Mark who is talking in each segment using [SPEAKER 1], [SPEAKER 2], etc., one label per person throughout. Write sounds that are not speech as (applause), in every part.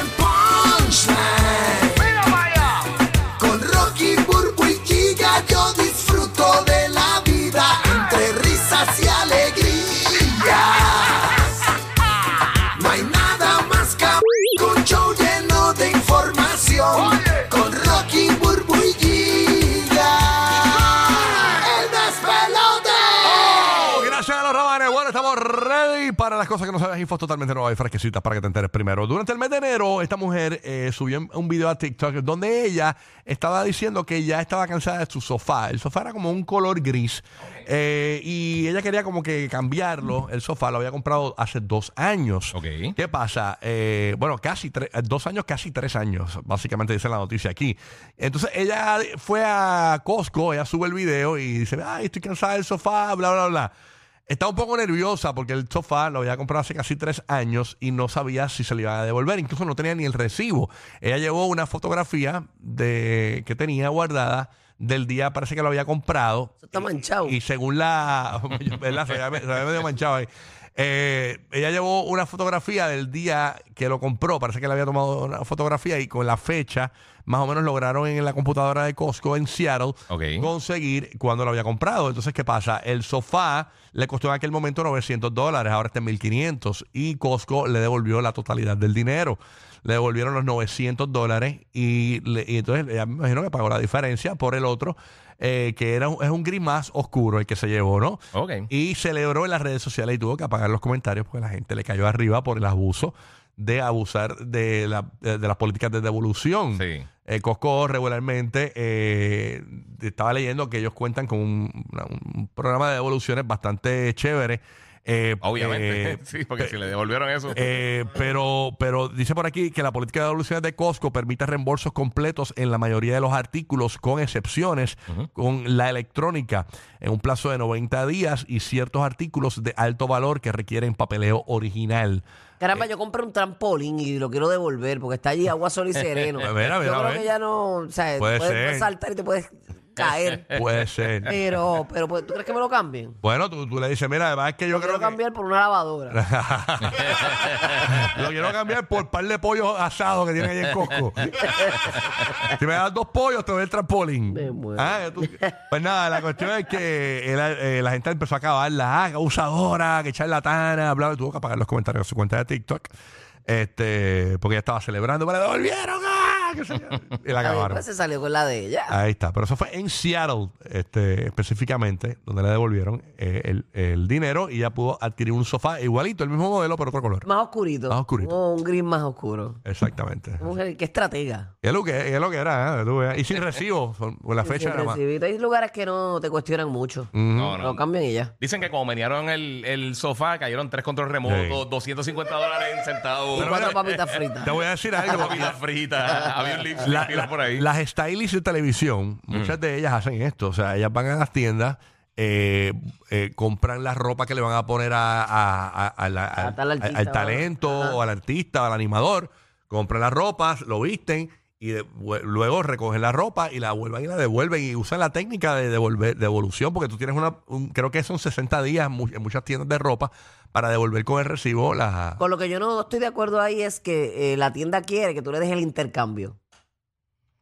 [SPEAKER 1] en punchline. Con Rocky Burbu y Giga yo disfruto de la vida entre risas y alegrías. No hay nada más cabrón que un show lleno de información. Con Rocky Burbu y Giga. El despelote.
[SPEAKER 2] Gracias a los rabanes. Bueno, estamos ready para las cosas que no sabes. Infos totalmente nuevas y fresquecitas para que te enteres primero. Durante el mes de enero, esta mujer eh, subió un video a TikTok donde ella estaba diciendo que ya estaba cansada de su sofá. El sofá era como un color gris eh, y ella quería como que cambiarlo. El sofá lo había comprado hace dos años.
[SPEAKER 3] Ok.
[SPEAKER 2] ¿Qué pasa? Eh, bueno, casi tres, dos años, casi tres años, básicamente dice la noticia aquí. Entonces ella fue a Costco, ella sube el video y dice, ay, estoy cansada del sofá, bla, bla, bla. Está un poco nerviosa porque el sofá lo había comprado hace casi tres años y no sabía si se le iba a devolver. Incluso no tenía ni el recibo. Ella llevó una fotografía de, que tenía guardada del día, parece que lo había comprado.
[SPEAKER 4] Está manchado.
[SPEAKER 2] Y según la. (laughs) ¿verdad? Se había- se había medio manchado ahí. Eh, ella llevó una fotografía del día que lo compró. Parece que le había tomado una fotografía y con la fecha, más o menos lograron en la computadora de Costco en Seattle
[SPEAKER 3] Ok.
[SPEAKER 2] conseguir cuando lo había comprado. Entonces, ¿qué pasa? El sofá le costó en aquel momento 900 dólares, ahora está en 1500 y Costco le devolvió la totalidad del dinero. Le devolvieron los 900 dólares y, le- y entonces ella me imagino que pagó la diferencia por el otro, eh, que era un- es un gris más oscuro el que se llevó, ¿no?
[SPEAKER 3] Ok.
[SPEAKER 2] Y celebró en las redes sociales y tuvo que apagar los comentarios porque la gente le cayó arriba por el abuso de abusar de, la- eh, de- de las políticas de devolución.
[SPEAKER 3] Sí.
[SPEAKER 2] Eh, Costco regularmente eh, estaba leyendo que ellos cuentan con un, una- un programa de devoluciones bastante chévere. eh,
[SPEAKER 3] Obviamente.
[SPEAKER 2] eh,
[SPEAKER 3] (laughs) sí, porque si le devolvieron eso.
[SPEAKER 2] eh, pero, pero dice por aquí que la política de devoluciones de Costco permite reembolsos completos en la mayoría de los artículos, con excepciones con la electrónica, en un plazo de 90 días y ciertos artículos de alto valor que requieren papeleo
[SPEAKER 3] (laughs)
[SPEAKER 2] original. Eh.
[SPEAKER 4] Caramba, yo compré un trampolín y lo quiero devolver porque está allí
[SPEAKER 2] (laughs)
[SPEAKER 4] agua, sol y sereno.
[SPEAKER 2] A ver, a ver,
[SPEAKER 4] yo
[SPEAKER 2] a
[SPEAKER 4] creo
[SPEAKER 2] ver.
[SPEAKER 4] que ya no, o sea,
[SPEAKER 2] Puede
[SPEAKER 4] puedes,
[SPEAKER 2] ser.
[SPEAKER 4] puedes saltar y te puedes
[SPEAKER 2] (laughs)
[SPEAKER 4] caer.
[SPEAKER 2] Puede ser.
[SPEAKER 4] pero, pero, pues, ¿tú crees que me lo cambien?
[SPEAKER 2] Bueno, tú, tú le dices, mira, además es que yo
[SPEAKER 4] Lo quiero
[SPEAKER 2] creo que...
[SPEAKER 4] cambiar por una lavadora.
[SPEAKER 2] (laughs) Lo quiero cambiar por par de pollos asados que tienen ahí en
[SPEAKER 4] (laughs)
[SPEAKER 2] Costco. si me das dos pollos, te doy el trampolín.
[SPEAKER 4] Me muero.
[SPEAKER 2] Ah, tú- Pues nada, la cuestión es que él, eh, la gente empezó a acabarla. Ah, que abusadora, que charlatana, bla, bla. Tuvo que apagar los comentarios de su cuenta de TikTok. Este, porque ella estaba celebrando, me la devolvieron, ah, qué sé yo. Y la
[SPEAKER 4] A ver,
[SPEAKER 2] acabaron.
[SPEAKER 4] pues se salió con la de ella.
[SPEAKER 2] Ahí está. Pero eso fue en Seattle, este, específicamente, donde le devolvieron eh, el, el dinero y ya pudo adquirir un sofá igualito, el mismo modelo, pero otro color.
[SPEAKER 4] Más oscurito.
[SPEAKER 2] Más oscurito.
[SPEAKER 4] Oh, un gris más oscuro.
[SPEAKER 2] Exactamente.
[SPEAKER 4] Mujer, qué estratega.
[SPEAKER 2] Es lo que, es lo que era, ¿eh? Tú veas. Y sin recibo, (laughs) son- con la fecha
[SPEAKER 4] Siempre
[SPEAKER 2] nada más. Mm.
[SPEAKER 4] recibí. Hay lugares que no te cuestionan mucho.
[SPEAKER 3] no,
[SPEAKER 4] Lo
[SPEAKER 3] no.
[SPEAKER 4] cambian y ya.
[SPEAKER 3] Dicen que como menearon el, el sofá, cayeron tres controles remotos, 250 dólares en
[SPEAKER 4] Y
[SPEAKER 3] centavos, una
[SPEAKER 4] cuatro
[SPEAKER 2] mira, eh,
[SPEAKER 4] papitas fritas.
[SPEAKER 2] Te voy a decir algo.
[SPEAKER 3] comida
[SPEAKER 2] (laughs)
[SPEAKER 3] frita, había un lipstick
[SPEAKER 2] La- la-
[SPEAKER 3] por ahí. Mm.
[SPEAKER 2] Las stylists de televisión, muchas de ellas hacen esto. O sea, ellas van a las tiendas, eh, eh, compran la ropa que le van a poner a, a- a- a la- al,
[SPEAKER 4] tal artista,
[SPEAKER 2] al talento, o al artista, o al animador. Compran las ropas, lo visten y de- vu- luego recogen la ropa y la vuelvan y la devuelven y usan la técnica de devolver devolución porque tú tienes una un- creo que son 60 días mu- en muchas tiendas de ropa para devolver con el recibo la
[SPEAKER 4] Con lo que yo no estoy de acuerdo ahí es que eh, la tienda quiere que tú le des el intercambio.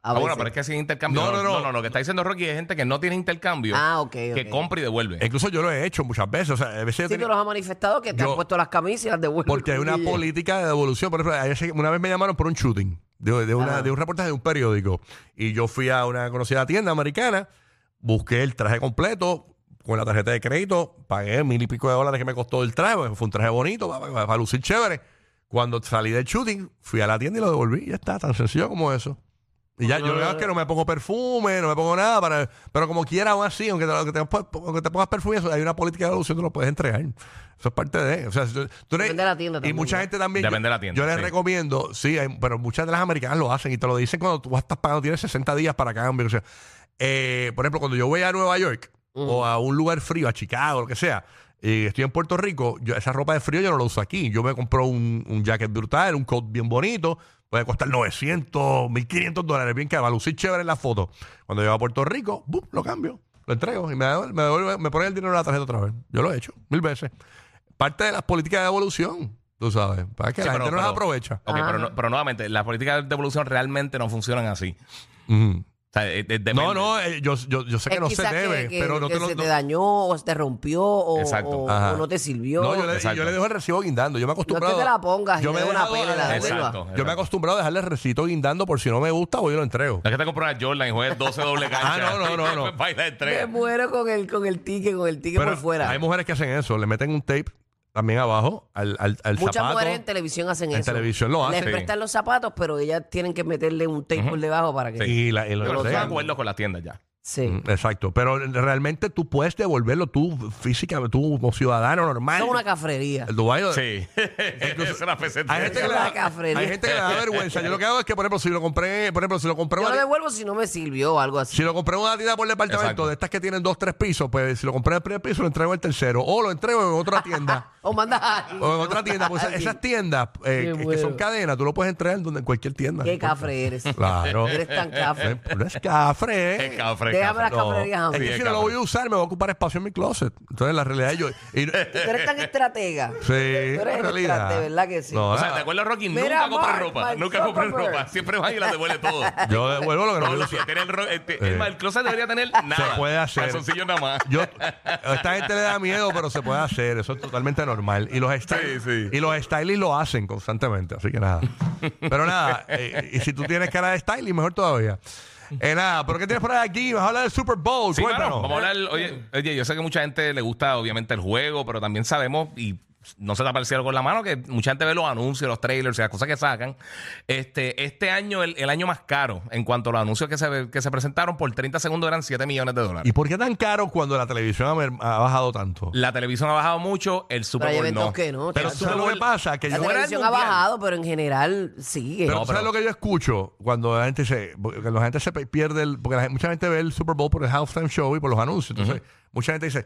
[SPEAKER 4] A
[SPEAKER 3] Ah, bueno,
[SPEAKER 4] veces.
[SPEAKER 3] pero es que sin intercambio.
[SPEAKER 2] No, no, no.
[SPEAKER 3] Lo que está diciendo Rocky es gente que no tiene intercambio,
[SPEAKER 4] Ah, ok,
[SPEAKER 3] que
[SPEAKER 4] ok.
[SPEAKER 3] compra y devuelve.
[SPEAKER 2] incluso yo lo he hecho muchas veces o sea a veces yo
[SPEAKER 4] Sí,
[SPEAKER 2] tenía-
[SPEAKER 4] tú los has manifestado que te
[SPEAKER 2] Yo-
[SPEAKER 4] han puesto las camisas y las devuelven.
[SPEAKER 2] Porque hay una
[SPEAKER 4] Oye,
[SPEAKER 2] política de devolución. Por ejemplo, ayer llegué- una vez me llamaron por un shooting de, de una- de un reportaje de un periódico. Y yo fui a una conocida tienda americana, busqué el traje completo con la tarjeta de crédito, pagué mil y pico de dólares que me costó el traje. porque Fue un traje bonito para, para- para lucir chévere. Cuando salí del shooting, fui a la tienda y lo devolví. Ya está, tan sencillo como eso. Y ya, yo lo que hago es que no me pongo perfume, no me pongo nada, para, pero como quiera, aún así, aunque te, aunque te, aunque te pongas perfume, eso- hay una política de evolución, tú lo puedes entregar. Eso es parte de. O sea, tú- tú eres-
[SPEAKER 4] Depende de la tienda
[SPEAKER 2] Y
[SPEAKER 4] también,
[SPEAKER 2] mucha
[SPEAKER 4] ¿no?
[SPEAKER 2] gente también.
[SPEAKER 3] Depende
[SPEAKER 2] yo,
[SPEAKER 3] de la tienda,
[SPEAKER 2] Yo les
[SPEAKER 3] sí.
[SPEAKER 2] recomiendo, sí, hay- pero muchas de las americanas lo hacen y te lo dicen cuando tú estás pagando, tienes 60 días para cambio. O sea, eh, por ejemplo, cuando yo voy a Nueva York o a un lugar frío, a Chicago, lo que sea. Y estoy en Puerto Rico, yo, esa ropa de frío yo no la uso aquí. Yo me compro un, un jacket brutal, un coat bien bonito, puede costar 900, 1500 dólares, bien que va a lucir chévere en la foto. Cuando llego a Puerto Rico, ¡bum! lo cambio, lo entrego y me, da- me, devuelve- me ponen el dinero en la tarjeta otra vez. Yo lo he hecho mil veces. Parte de las políticas de evolución, tú sabes, para que
[SPEAKER 3] Sí,
[SPEAKER 2] la
[SPEAKER 3] pero-
[SPEAKER 2] gente no las
[SPEAKER 3] pero-
[SPEAKER 2] aprovecha.
[SPEAKER 3] Ok, pero, no- pero nuevamente, las políticas de evolución realmente no funcionan así.
[SPEAKER 2] Ujú.
[SPEAKER 3] O sea, eh, eh, depende.
[SPEAKER 2] No, no, eh, yo, yo, yo sé que
[SPEAKER 4] Es
[SPEAKER 2] no se
[SPEAKER 4] quizá que-
[SPEAKER 2] debe,
[SPEAKER 4] que-
[SPEAKER 2] pero no
[SPEAKER 4] que
[SPEAKER 2] te lo
[SPEAKER 4] se
[SPEAKER 2] no-
[SPEAKER 4] te dañó o se te rompió o,
[SPEAKER 3] Exacto.
[SPEAKER 4] o-
[SPEAKER 2] Ajá.
[SPEAKER 4] o no te sirvió.
[SPEAKER 2] No, yo le, y
[SPEAKER 3] Exacto.
[SPEAKER 2] yo le dejo el recibo guindando. Yo me he acostumbrado.
[SPEAKER 4] te la pongas y
[SPEAKER 2] Yo
[SPEAKER 4] le
[SPEAKER 2] me
[SPEAKER 4] doy
[SPEAKER 2] he
[SPEAKER 4] una
[SPEAKER 2] dejado
[SPEAKER 4] pela y la
[SPEAKER 2] dejarle-
[SPEAKER 3] devuelvas.
[SPEAKER 2] Yo me he acostumbrado a dejarle el recito guindando por si no me gusta, voy y lo entrego.
[SPEAKER 3] No es que te compró una Jordan y juegues 12 doble cancha. Pues
[SPEAKER 2] Ah, no, no,
[SPEAKER 3] (laughs)
[SPEAKER 2] no, no.
[SPEAKER 3] Baila de
[SPEAKER 4] Me
[SPEAKER 3] tres.
[SPEAKER 4] muero con el, con el ticket, con el ticket
[SPEAKER 2] Pero
[SPEAKER 4] por fuera.
[SPEAKER 2] Hay mujeres que hacen eso, le meten un tape también abajo al, al, al
[SPEAKER 4] Muchas
[SPEAKER 2] zapato.
[SPEAKER 4] mujeres en televisión hacen
[SPEAKER 2] en
[SPEAKER 4] eso.
[SPEAKER 2] televisión lo hacen.
[SPEAKER 4] Les prestan los zapatos, pero ellas tienen que meterle un tape por debajo para que. Sí.
[SPEAKER 2] y la, y lo
[SPEAKER 3] Pero estoy de
[SPEAKER 2] entregan.
[SPEAKER 3] acuerdo con las tiendas ya.
[SPEAKER 2] Mm, Exacto, pero realmente tú puedes devolverlo tú físicamente, tú como ciudadano normal.
[SPEAKER 4] Eso es una cafrería.
[SPEAKER 2] El Dubái lo-
[SPEAKER 3] Sí. (laughs) es una
[SPEAKER 2] Hay gente, que le
[SPEAKER 4] Una
[SPEAKER 2] da,
[SPEAKER 4] cafrería.
[SPEAKER 2] hay gente que le da vergüenza. Yo lo que hago es que, por ejemplo, si lo compré, por ejemplo, si lo compré
[SPEAKER 4] Yo lo
[SPEAKER 2] una-
[SPEAKER 4] devuelvo si no me sirvió o algo así.
[SPEAKER 2] Si lo compré en una tienda por departamento,
[SPEAKER 3] Exacto.
[SPEAKER 2] de estas que tienen dos, tres pisos, pues si lo compré en el primer piso, lo entrego en el tercero. O lo entrego en otra tienda.
[SPEAKER 4] O manda a alguien.
[SPEAKER 2] o en otra tienda. Pues esas- esas tiendas eh,
[SPEAKER 4] Qué
[SPEAKER 2] que- que
[SPEAKER 4] bueno.
[SPEAKER 2] son cadenas, tú lo puedes entregar en, donde, en cualquier tienda. no
[SPEAKER 4] Qué
[SPEAKER 2] importa.
[SPEAKER 4] cafre eres.
[SPEAKER 2] (laughs) Claro.
[SPEAKER 4] (laughs) Eres tan cafre.
[SPEAKER 2] Eh, No es cafre. eh.
[SPEAKER 3] Es cafre,
[SPEAKER 4] Déjame
[SPEAKER 3] cafre.
[SPEAKER 4] las cafrerías a
[SPEAKER 2] Es
[SPEAKER 4] mí.
[SPEAKER 2] que
[SPEAKER 3] es
[SPEAKER 2] si no lo voy
[SPEAKER 3] cafre.
[SPEAKER 2] a usar, me voy a ocupar espacio en mi closet. Entonces, la realidad yo...
[SPEAKER 4] (laughs)
[SPEAKER 2] y- sí,
[SPEAKER 4] Tú eres tan estratega.
[SPEAKER 2] en
[SPEAKER 4] eres
[SPEAKER 2] realidad.
[SPEAKER 4] estrate, ¿verdad que sí?
[SPEAKER 2] No,
[SPEAKER 3] O sea,
[SPEAKER 2] nada.
[SPEAKER 3] ¿te acuerdas, Rocky?
[SPEAKER 4] Mira,
[SPEAKER 3] nunca compré
[SPEAKER 4] Mark,
[SPEAKER 3] ropa.
[SPEAKER 4] Mark
[SPEAKER 3] Nunca compré
[SPEAKER 4] Zuckerberg.
[SPEAKER 3] ropa. Siempre va y la devuelve
[SPEAKER 4] (laughs)
[SPEAKER 3] todo.
[SPEAKER 2] Yo devuelvo lo que no voy
[SPEAKER 3] Todo
[SPEAKER 2] a
[SPEAKER 3] lo
[SPEAKER 2] usar.
[SPEAKER 3] que tiene el ro- este- Es más, el closet debería tener nada.
[SPEAKER 2] puede hacer.
[SPEAKER 3] Calzoncillos nada más.
[SPEAKER 2] Yo, esta gente le da miedo, pero se puede hacer. Eso es totalmente normal. Y los, stylists
[SPEAKER 3] Sí, sí.
[SPEAKER 2] Y los stylists lo hacen constantemente. Así que nada. Pero nada, eh, y si tú tienes cara de styling, mejor todavía. Eh, nada, pero ¿qué tienes por ahí aquí? Vas a hablar del Super Bowl.
[SPEAKER 3] Sí,
[SPEAKER 2] Cuéntanos.
[SPEAKER 3] mano, vamos a hablar. Oye, oye, yo sé que mucha gente le gusta, obviamente, el juego, pero también sabemos, y no se tapa el cielo con la mano, que mucha gente ve los anuncios, los trailers y las cosas que sacan. Este, este año, el, el año más caro, en cuanto a los anuncios que se, que se presentaron, por 30 segundos eran 7 millones de dólares.
[SPEAKER 2] ¿Y por qué tan caro cuando la televisión ha, mer- ha bajado tanto?
[SPEAKER 3] La televisión ha bajado mucho, el
[SPEAKER 4] Pero
[SPEAKER 3] Super
[SPEAKER 4] hay
[SPEAKER 3] Bowl
[SPEAKER 4] eventos
[SPEAKER 3] no.
[SPEAKER 4] que no.
[SPEAKER 2] Pero
[SPEAKER 4] chacho.
[SPEAKER 2] ¿sabes lo que pasa? Que
[SPEAKER 4] La
[SPEAKER 2] yo-
[SPEAKER 3] fuera del
[SPEAKER 4] televisión ha
[SPEAKER 3] mundial.
[SPEAKER 4] bajado, pero en general sigue.
[SPEAKER 2] Pero,
[SPEAKER 3] No,
[SPEAKER 2] ¿sabes
[SPEAKER 3] pero-
[SPEAKER 2] lo que yo escucho cuando la gente se, porque la gente se pe- pierde el, porque la gente- mucha gente ve el Super Bowl por el halftime show y por los anuncios. Entonces, mucha gente dice,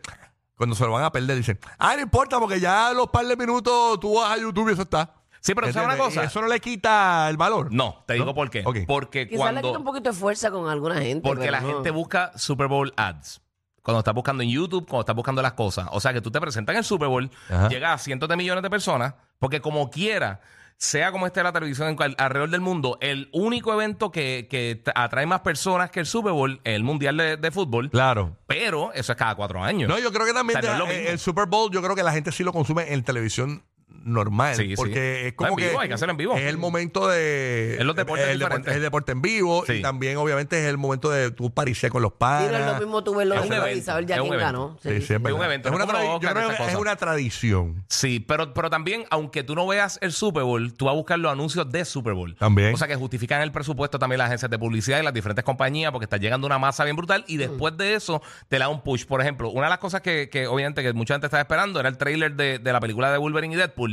[SPEAKER 2] cuando se lo van a perder, dicen, ah, no importa, porque ya los par de minutos tú vas a YouTube y eso está.
[SPEAKER 3] Sí, pero ¿sabes una
[SPEAKER 2] ¿Entiendes?
[SPEAKER 3] cosa?
[SPEAKER 2] Y Eso no le quita el valor.
[SPEAKER 3] No, te digo
[SPEAKER 2] ¿No?
[SPEAKER 3] por qué.
[SPEAKER 2] Ok.
[SPEAKER 3] Porque
[SPEAKER 4] Quizás le
[SPEAKER 3] cuando.
[SPEAKER 4] quita un poquito de fuerza con alguna gente.
[SPEAKER 3] Porque
[SPEAKER 4] pero
[SPEAKER 3] la
[SPEAKER 4] no.
[SPEAKER 3] gente busca Super Bowl ads. Cuando estás buscando en YouTube, cuando estás buscando las cosas. O sea, que tú te presentas en el Super Bowl,
[SPEAKER 2] Ajá.
[SPEAKER 3] llegas a cientos de millones de personas, porque como quiera, sea como esté la televisión en cual- alrededor del mundo, el único evento que, que t- atrae más personas que el Super Bowl es el Mundial de, de Fútbol.
[SPEAKER 2] Claro.
[SPEAKER 3] Pero eso es cada cuatro años.
[SPEAKER 2] No, yo creo que también
[SPEAKER 3] O sea, no es lo
[SPEAKER 2] eh,
[SPEAKER 3] mismo.
[SPEAKER 2] el Super Bowl, yo creo que la gente sí lo consume en televisión normal.
[SPEAKER 3] Sí, sí.
[SPEAKER 2] porque es
[SPEAKER 3] No, en
[SPEAKER 2] como
[SPEAKER 3] vivo,
[SPEAKER 2] que,
[SPEAKER 3] hay que hacerlo en vivo.
[SPEAKER 2] Es el momento de.
[SPEAKER 3] Es los deportes
[SPEAKER 2] el, deporte-
[SPEAKER 3] diferentes.
[SPEAKER 2] es el deporte en vivo
[SPEAKER 3] Sí.
[SPEAKER 2] y también, obviamente, es el momento de tú parisear con los
[SPEAKER 4] Sí,
[SPEAKER 2] padres.
[SPEAKER 4] no es lo mismo tú verlo
[SPEAKER 3] Es un
[SPEAKER 4] en vivo y
[SPEAKER 3] evento,
[SPEAKER 4] saber ya
[SPEAKER 3] es un
[SPEAKER 4] quién
[SPEAKER 3] evento.
[SPEAKER 4] ganó.
[SPEAKER 2] Sí, sí, es verdad.
[SPEAKER 3] un evento,
[SPEAKER 2] Es
[SPEAKER 3] no
[SPEAKER 2] una
[SPEAKER 3] como los
[SPEAKER 2] tradi- yo
[SPEAKER 3] Oscars,
[SPEAKER 2] creo
[SPEAKER 3] esas
[SPEAKER 2] que es
[SPEAKER 3] cosas.
[SPEAKER 2] una tradición.
[SPEAKER 3] Sí, pero, pero también, aunque tú no veas el Super Bowl, tú vas a buscar los anuncios de Super Bowl.
[SPEAKER 2] También.
[SPEAKER 3] O sea, que justifican el presupuesto también las agencias de publicidad y las diferentes compañías porque está llegando una masa bien brutal y después de eso te da un push. Por ejemplo, una de las cosas que, que obviamente que mucha gente estaba esperando era el trailer de, de la película de Wolverine y Deadpool,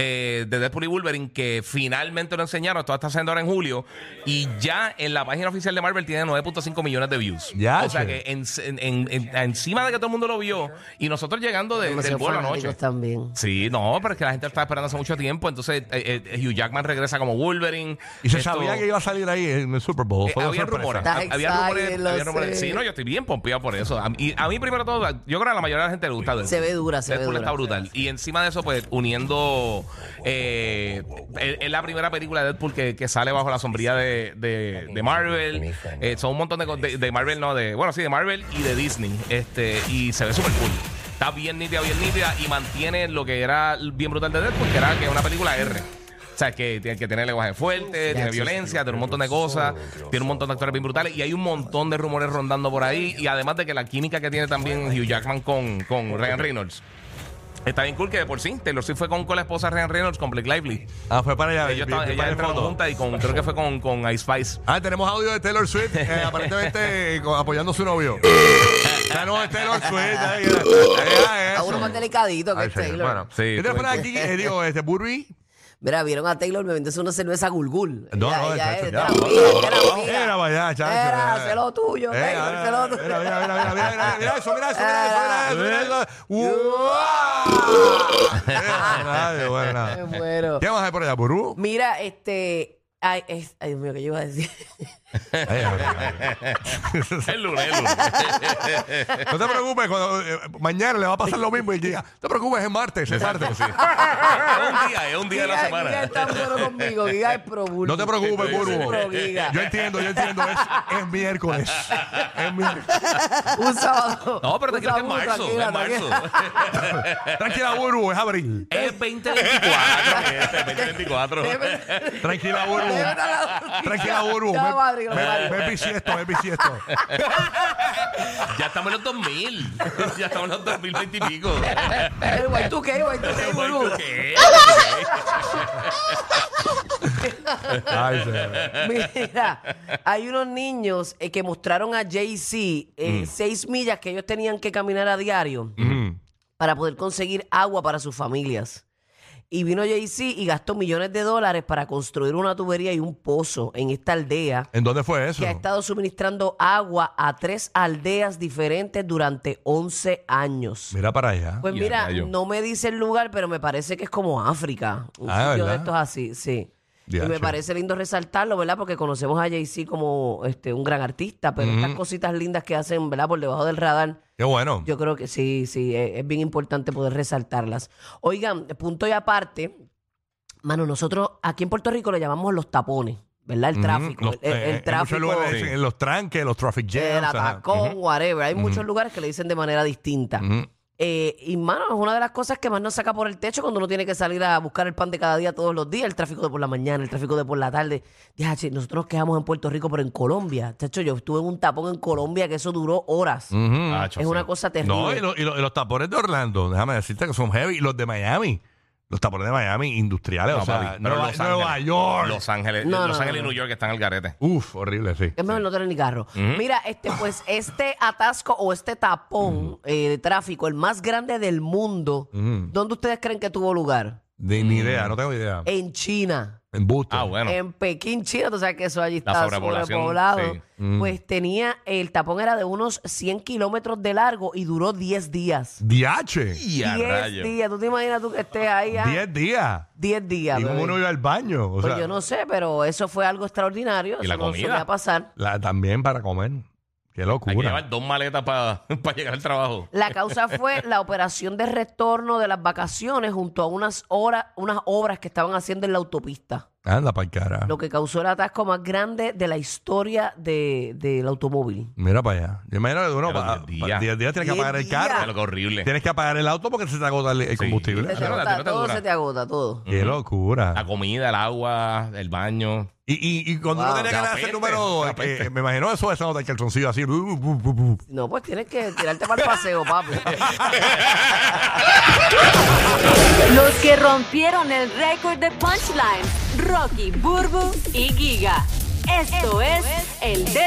[SPEAKER 3] eh, de Deadpool y Wolverine, que finalmente lo enseñaron. Esto está haciendo ahora en julio y ya en la página oficial de Marvel tiene 9.5 millones de views.
[SPEAKER 2] Ya,
[SPEAKER 3] o sea,
[SPEAKER 2] che.
[SPEAKER 3] que en- en- en- en- encima de que todo el mundo lo vio y nosotros llegando de, del
[SPEAKER 4] Demasiado
[SPEAKER 3] vuelo
[SPEAKER 4] fanáticos
[SPEAKER 3] anoche.
[SPEAKER 4] también.
[SPEAKER 3] Sí, no, pero es que la gente lo estaba esperando hace mucho tiempo. Entonces, eh, eh, Hugh Jackman regresa como Wolverine.
[SPEAKER 2] Y se
[SPEAKER 3] Esto-
[SPEAKER 2] sabía que iba a salir ahí en el Super Bowl.
[SPEAKER 3] eh,
[SPEAKER 2] Fue una
[SPEAKER 3] había
[SPEAKER 2] sorpresa.
[SPEAKER 3] rumores.
[SPEAKER 4] Estás
[SPEAKER 3] ha- Había rumores.
[SPEAKER 4] excited, lo
[SPEAKER 3] había rumores.
[SPEAKER 4] sé.
[SPEAKER 3] Sí, no, yo estoy bien pompeado por eso. A, y a mí, primero todo, yo creo que a la mayoría de la gente le gusta Deadpool.
[SPEAKER 4] Se ve dura, se ve
[SPEAKER 3] Deadpool
[SPEAKER 4] dura.
[SPEAKER 3] está brutal. Y encima de eso, pues, uniendo. eh, es es la primera película de Deadpool que, que sale bajo la sombrilla de, de- de Marvel. Eh, son un montón de, co- de. de Marvel, no, de. Bueno, sí, de Marvel y de Disney. Este, y se ve súper cool. Está bien nítida, bien nítida. Y mantiene lo que era bien brutal de Deadpool, que era que es una película R. O sea, que tiene que tener lenguaje fuerte, tiene violencia, tiene un montón de cosas, tiene un montón de actores bien brutales y hay un montón de rumores rondando por ahí. Y además de que la química que tiene también Hugh Jackman con, con Ryan Reynolds. Está bien cool que de por sí, Taylor Swift fue con, con la esposa Ryan Reynolds con Blake Lively.
[SPEAKER 2] Ah, fue para allá. vi-
[SPEAKER 3] Ellos
[SPEAKER 2] vi-
[SPEAKER 3] estaban,
[SPEAKER 2] vi
[SPEAKER 3] ellas
[SPEAKER 2] para el
[SPEAKER 3] entraron
[SPEAKER 2] fondo.
[SPEAKER 3] juntas y con, creo que fue con, con Ice Spice.
[SPEAKER 2] Ah, tenemos audio de Taylor Swift,
[SPEAKER 3] (laughs)
[SPEAKER 2] eh, aparentemente eh, co- apoyando a su novio. Ah, no, es Taylor Swift. eh, eh,
[SPEAKER 3] Ah,
[SPEAKER 2] eh,
[SPEAKER 4] A uno
[SPEAKER 2] eso.
[SPEAKER 4] más delicadito que
[SPEAKER 2] Ay,
[SPEAKER 4] es
[SPEAKER 2] señor,
[SPEAKER 4] Taylor.
[SPEAKER 2] Bueno,
[SPEAKER 3] Sí,
[SPEAKER 2] ¿Qué te
[SPEAKER 3] pues.
[SPEAKER 2] pones aquí? Eh, digo, este Burby.
[SPEAKER 4] Mira, vieron a Taylor me vendió una cerveza gulgul.
[SPEAKER 2] No,
[SPEAKER 4] Ella-
[SPEAKER 2] no,
[SPEAKER 4] ella
[SPEAKER 2] chacho,
[SPEAKER 4] es-
[SPEAKER 2] ya.
[SPEAKER 4] era amiga, era amiga.
[SPEAKER 2] Era vaya, chacho.
[SPEAKER 4] Era,
[SPEAKER 2] eh.
[SPEAKER 4] sé lo tuyo,
[SPEAKER 2] Eh,
[SPEAKER 4] Taylor,
[SPEAKER 2] ah,
[SPEAKER 4] sé lo tuyo.
[SPEAKER 2] Mira,
[SPEAKER 4] (laughs)
[SPEAKER 2] mira, mira, mira, mira, mira eso, mira eso, mira eso, mira eso, mira eso.
[SPEAKER 3] (laughs)
[SPEAKER 2] ¡Uah! Eh, nadie, bueno,
[SPEAKER 3] (laughs)
[SPEAKER 4] Me
[SPEAKER 2] nada.
[SPEAKER 4] muero.
[SPEAKER 2] ¿Qué más hay por allá, Burú?
[SPEAKER 4] Mira, este. Ay, es- ay, Dios mío, ¿qué yo iba a decir?
[SPEAKER 2] Ay, ay, ay,
[SPEAKER 3] (laughs)
[SPEAKER 2] ay.
[SPEAKER 3] El lunes, el lunes.
[SPEAKER 2] No te preocupes, cuando, eh, mañana le va a pasar lo mismo y diga, no te preocupes, es martes, es martes.
[SPEAKER 3] es (laughs) un día, es un día de la
[SPEAKER 4] Giga- Giga
[SPEAKER 3] semana.
[SPEAKER 4] es tan bueno conmigo, Giga es pro Bulbo.
[SPEAKER 2] No te preocupes,
[SPEAKER 4] Es
[SPEAKER 2] Burbu.
[SPEAKER 4] pro Giga.
[SPEAKER 2] Yo entiendo, yo entiendo, es, es miércoles. Es miércoles. (laughs)
[SPEAKER 4] Un sábado.
[SPEAKER 3] No, pero te
[SPEAKER 4] un
[SPEAKER 3] creo que es
[SPEAKER 4] sábado,
[SPEAKER 3] marzo,
[SPEAKER 4] tranquila,
[SPEAKER 3] es marzo.
[SPEAKER 4] tranquila.
[SPEAKER 2] Tranquila, Burbu, es abril.
[SPEAKER 3] Es 2024, gente, 2024.
[SPEAKER 2] Tranquila, Burbu. Tranquila, Burbu.
[SPEAKER 4] Ya, madre, que lo
[SPEAKER 2] Ve-
[SPEAKER 4] parió.
[SPEAKER 2] Ve bisiesto, ve bisiesto.
[SPEAKER 3] Ya estamos en los 2000. (laughs) Ya estamos en los 2020 y
[SPEAKER 4] (laughs)
[SPEAKER 3] pico.
[SPEAKER 4] El guay, Eh, tú qué,
[SPEAKER 3] (laughs)
[SPEAKER 4] guay, tú qué, Burbu.
[SPEAKER 3] ¿Qué?
[SPEAKER 2] Ay, señor.
[SPEAKER 4] Mira, hay unos niños eh, que mostraron a Jay-Z
[SPEAKER 2] Mm.
[SPEAKER 4] eh, seis millas que ellos tenían que caminar a diario para poder conseguir agua para sus familias. Y vino Jay-Z y gastó millones de dólares para construir una tubería y un pozo en esta aldea
[SPEAKER 2] ¿En dónde fue eso?
[SPEAKER 4] que ha estado suministrando agua a tres aldeas diferentes durante 11 años.
[SPEAKER 2] Mira para allá.
[SPEAKER 4] Pues
[SPEAKER 3] Ya,
[SPEAKER 4] mira,
[SPEAKER 3] rayo.
[SPEAKER 4] no me dice el lugar, pero me parece que es como África. Un
[SPEAKER 2] Ah,
[SPEAKER 4] sitio
[SPEAKER 2] ¿verdad?
[SPEAKER 4] de estos así, sí.
[SPEAKER 2] Ya,
[SPEAKER 4] y me
[SPEAKER 2] chévere.
[SPEAKER 4] parece lindo resaltarlo, ¿verdad? Porque conocemos a Jay-Z como este, un gran artista, pero estas cositas lindas que hacen, ¿verdad? Por debajo del radar,
[SPEAKER 2] Qué bueno.
[SPEAKER 4] yo creo que sí, sí, e, es, es bien importante poder resaltarlas. Oigan, punto y aparte, mano, nosotros aquí en Puerto Rico le llamamos los tapones, ¿verdad? El
[SPEAKER 2] Ujú.
[SPEAKER 4] tráfico.
[SPEAKER 2] Los-
[SPEAKER 4] el, el
[SPEAKER 2] eh, en
[SPEAKER 4] tráfico.
[SPEAKER 2] muchos lugares le dicen los tranques, los traffic
[SPEAKER 4] El
[SPEAKER 2] jams. ajá.
[SPEAKER 4] atacón, whatever. Hay muchos lugares que le dicen de manera distinta.
[SPEAKER 2] Ujú.
[SPEAKER 4] Eh, y mano, es una de las cosas que más nos saca por el techo cuando uno tiene que salir a buscar el pan de cada día todos los días, el tráfico de por la mañana, el tráfico de por la tarde. Ya, che, nosotros nos quejamos en Puerto Rico, pero en Colombia, chacho, yo estuve en un tapón en Colombia que eso duró horas.
[SPEAKER 3] Acho,
[SPEAKER 4] Ah, Es
[SPEAKER 3] sí.
[SPEAKER 4] una cosa
[SPEAKER 2] Mm, No,
[SPEAKER 4] terrible.
[SPEAKER 2] y, lo- y lo- y los tapones de Orlando, déjame decirte que son heavy. Y los de Miami, los tapones de Miami industriales,
[SPEAKER 3] No,
[SPEAKER 2] o sea,
[SPEAKER 3] papi, pero
[SPEAKER 2] Nueva,
[SPEAKER 3] Los
[SPEAKER 2] Nueva
[SPEAKER 3] Ángeles.
[SPEAKER 2] York.
[SPEAKER 3] Los Ángeles,
[SPEAKER 4] No, no,
[SPEAKER 3] Los
[SPEAKER 4] no,
[SPEAKER 3] Ángeles y
[SPEAKER 4] no.
[SPEAKER 3] New York están al garete.
[SPEAKER 2] Uf, horrible, sí.
[SPEAKER 4] Es mejor no tener ni carro. Mira, este,
[SPEAKER 2] (coughs)
[SPEAKER 4] pues, este atasco o este tapón eh, de tráfico, el más grande del mundo, ¿dónde ustedes creen que tuvo lugar?
[SPEAKER 2] Ni- Ni idea, no tengo idea.
[SPEAKER 4] En China.
[SPEAKER 2] En Busto.
[SPEAKER 3] Eh, Ah, bueno.
[SPEAKER 4] En Pekín, China, tú sabes que eso allí
[SPEAKER 3] La
[SPEAKER 4] está
[SPEAKER 3] sobrepoblación,
[SPEAKER 4] sobrepoblado.
[SPEAKER 3] sí.
[SPEAKER 2] Mm.
[SPEAKER 4] Pues tenía, el tapón era de unos 100 kilómetros de largo y duró 10 días.
[SPEAKER 2] DH.
[SPEAKER 3] Y a
[SPEAKER 4] 10
[SPEAKER 3] rayos.
[SPEAKER 4] días, tú te imaginas tú que estés ahí a
[SPEAKER 2] 10 días.
[SPEAKER 4] 10 días.
[SPEAKER 2] Y como
[SPEAKER 4] bebé?
[SPEAKER 2] uno iba al baño. O
[SPEAKER 4] Pues
[SPEAKER 2] sea,
[SPEAKER 4] yo no sé, pero eso fue algo extraordinario.
[SPEAKER 3] ¿Y
[SPEAKER 4] eso
[SPEAKER 3] la
[SPEAKER 4] no
[SPEAKER 3] comida?
[SPEAKER 4] solía pasar.
[SPEAKER 2] la- también para comer. Qué
[SPEAKER 3] Hay que
[SPEAKER 2] locura.
[SPEAKER 3] llevar dos maletas (laughs) para llegar al trabajo.
[SPEAKER 4] La causa fue la operación de retorno de las vacaciones junto a unas, horas, unas obras que estaban haciendo en la autopista,
[SPEAKER 2] Anda para el cara.
[SPEAKER 3] Ah.
[SPEAKER 4] lo que causó el atasco más grande de la historia de- del automóvil.
[SPEAKER 2] Mira para allá. Yo imagino que uno
[SPEAKER 3] Pero
[SPEAKER 2] para
[SPEAKER 3] diez
[SPEAKER 2] 10
[SPEAKER 3] días.
[SPEAKER 2] días. tienes que
[SPEAKER 4] Diez
[SPEAKER 2] apagar el
[SPEAKER 4] días.
[SPEAKER 2] carro.
[SPEAKER 3] Mira lo que horrible.
[SPEAKER 2] Tienes que apagar el auto porque se te agota el, el
[SPEAKER 3] Sí.
[SPEAKER 2] combustible.
[SPEAKER 4] Se te
[SPEAKER 3] Claro, la
[SPEAKER 4] agota
[SPEAKER 3] pelota
[SPEAKER 4] todo,
[SPEAKER 3] dura.
[SPEAKER 4] se te agota todo.
[SPEAKER 2] Qué locura.
[SPEAKER 3] La comida, el agua, el baño.
[SPEAKER 2] Y, y, y cuando
[SPEAKER 4] Wow.
[SPEAKER 2] uno tenía
[SPEAKER 3] La
[SPEAKER 2] que darse
[SPEAKER 3] peste,
[SPEAKER 2] el número dos,
[SPEAKER 3] la
[SPEAKER 2] eh, eh, me imagino eso, esa nota del calzoncillo así. uh, bu, bu, bu, bu.
[SPEAKER 4] No, pues tienes que tirarte para el paseo, papi.
[SPEAKER 5] Los que rompieron el récord de punchline, Rocky, Burbu y Giga. Esto es el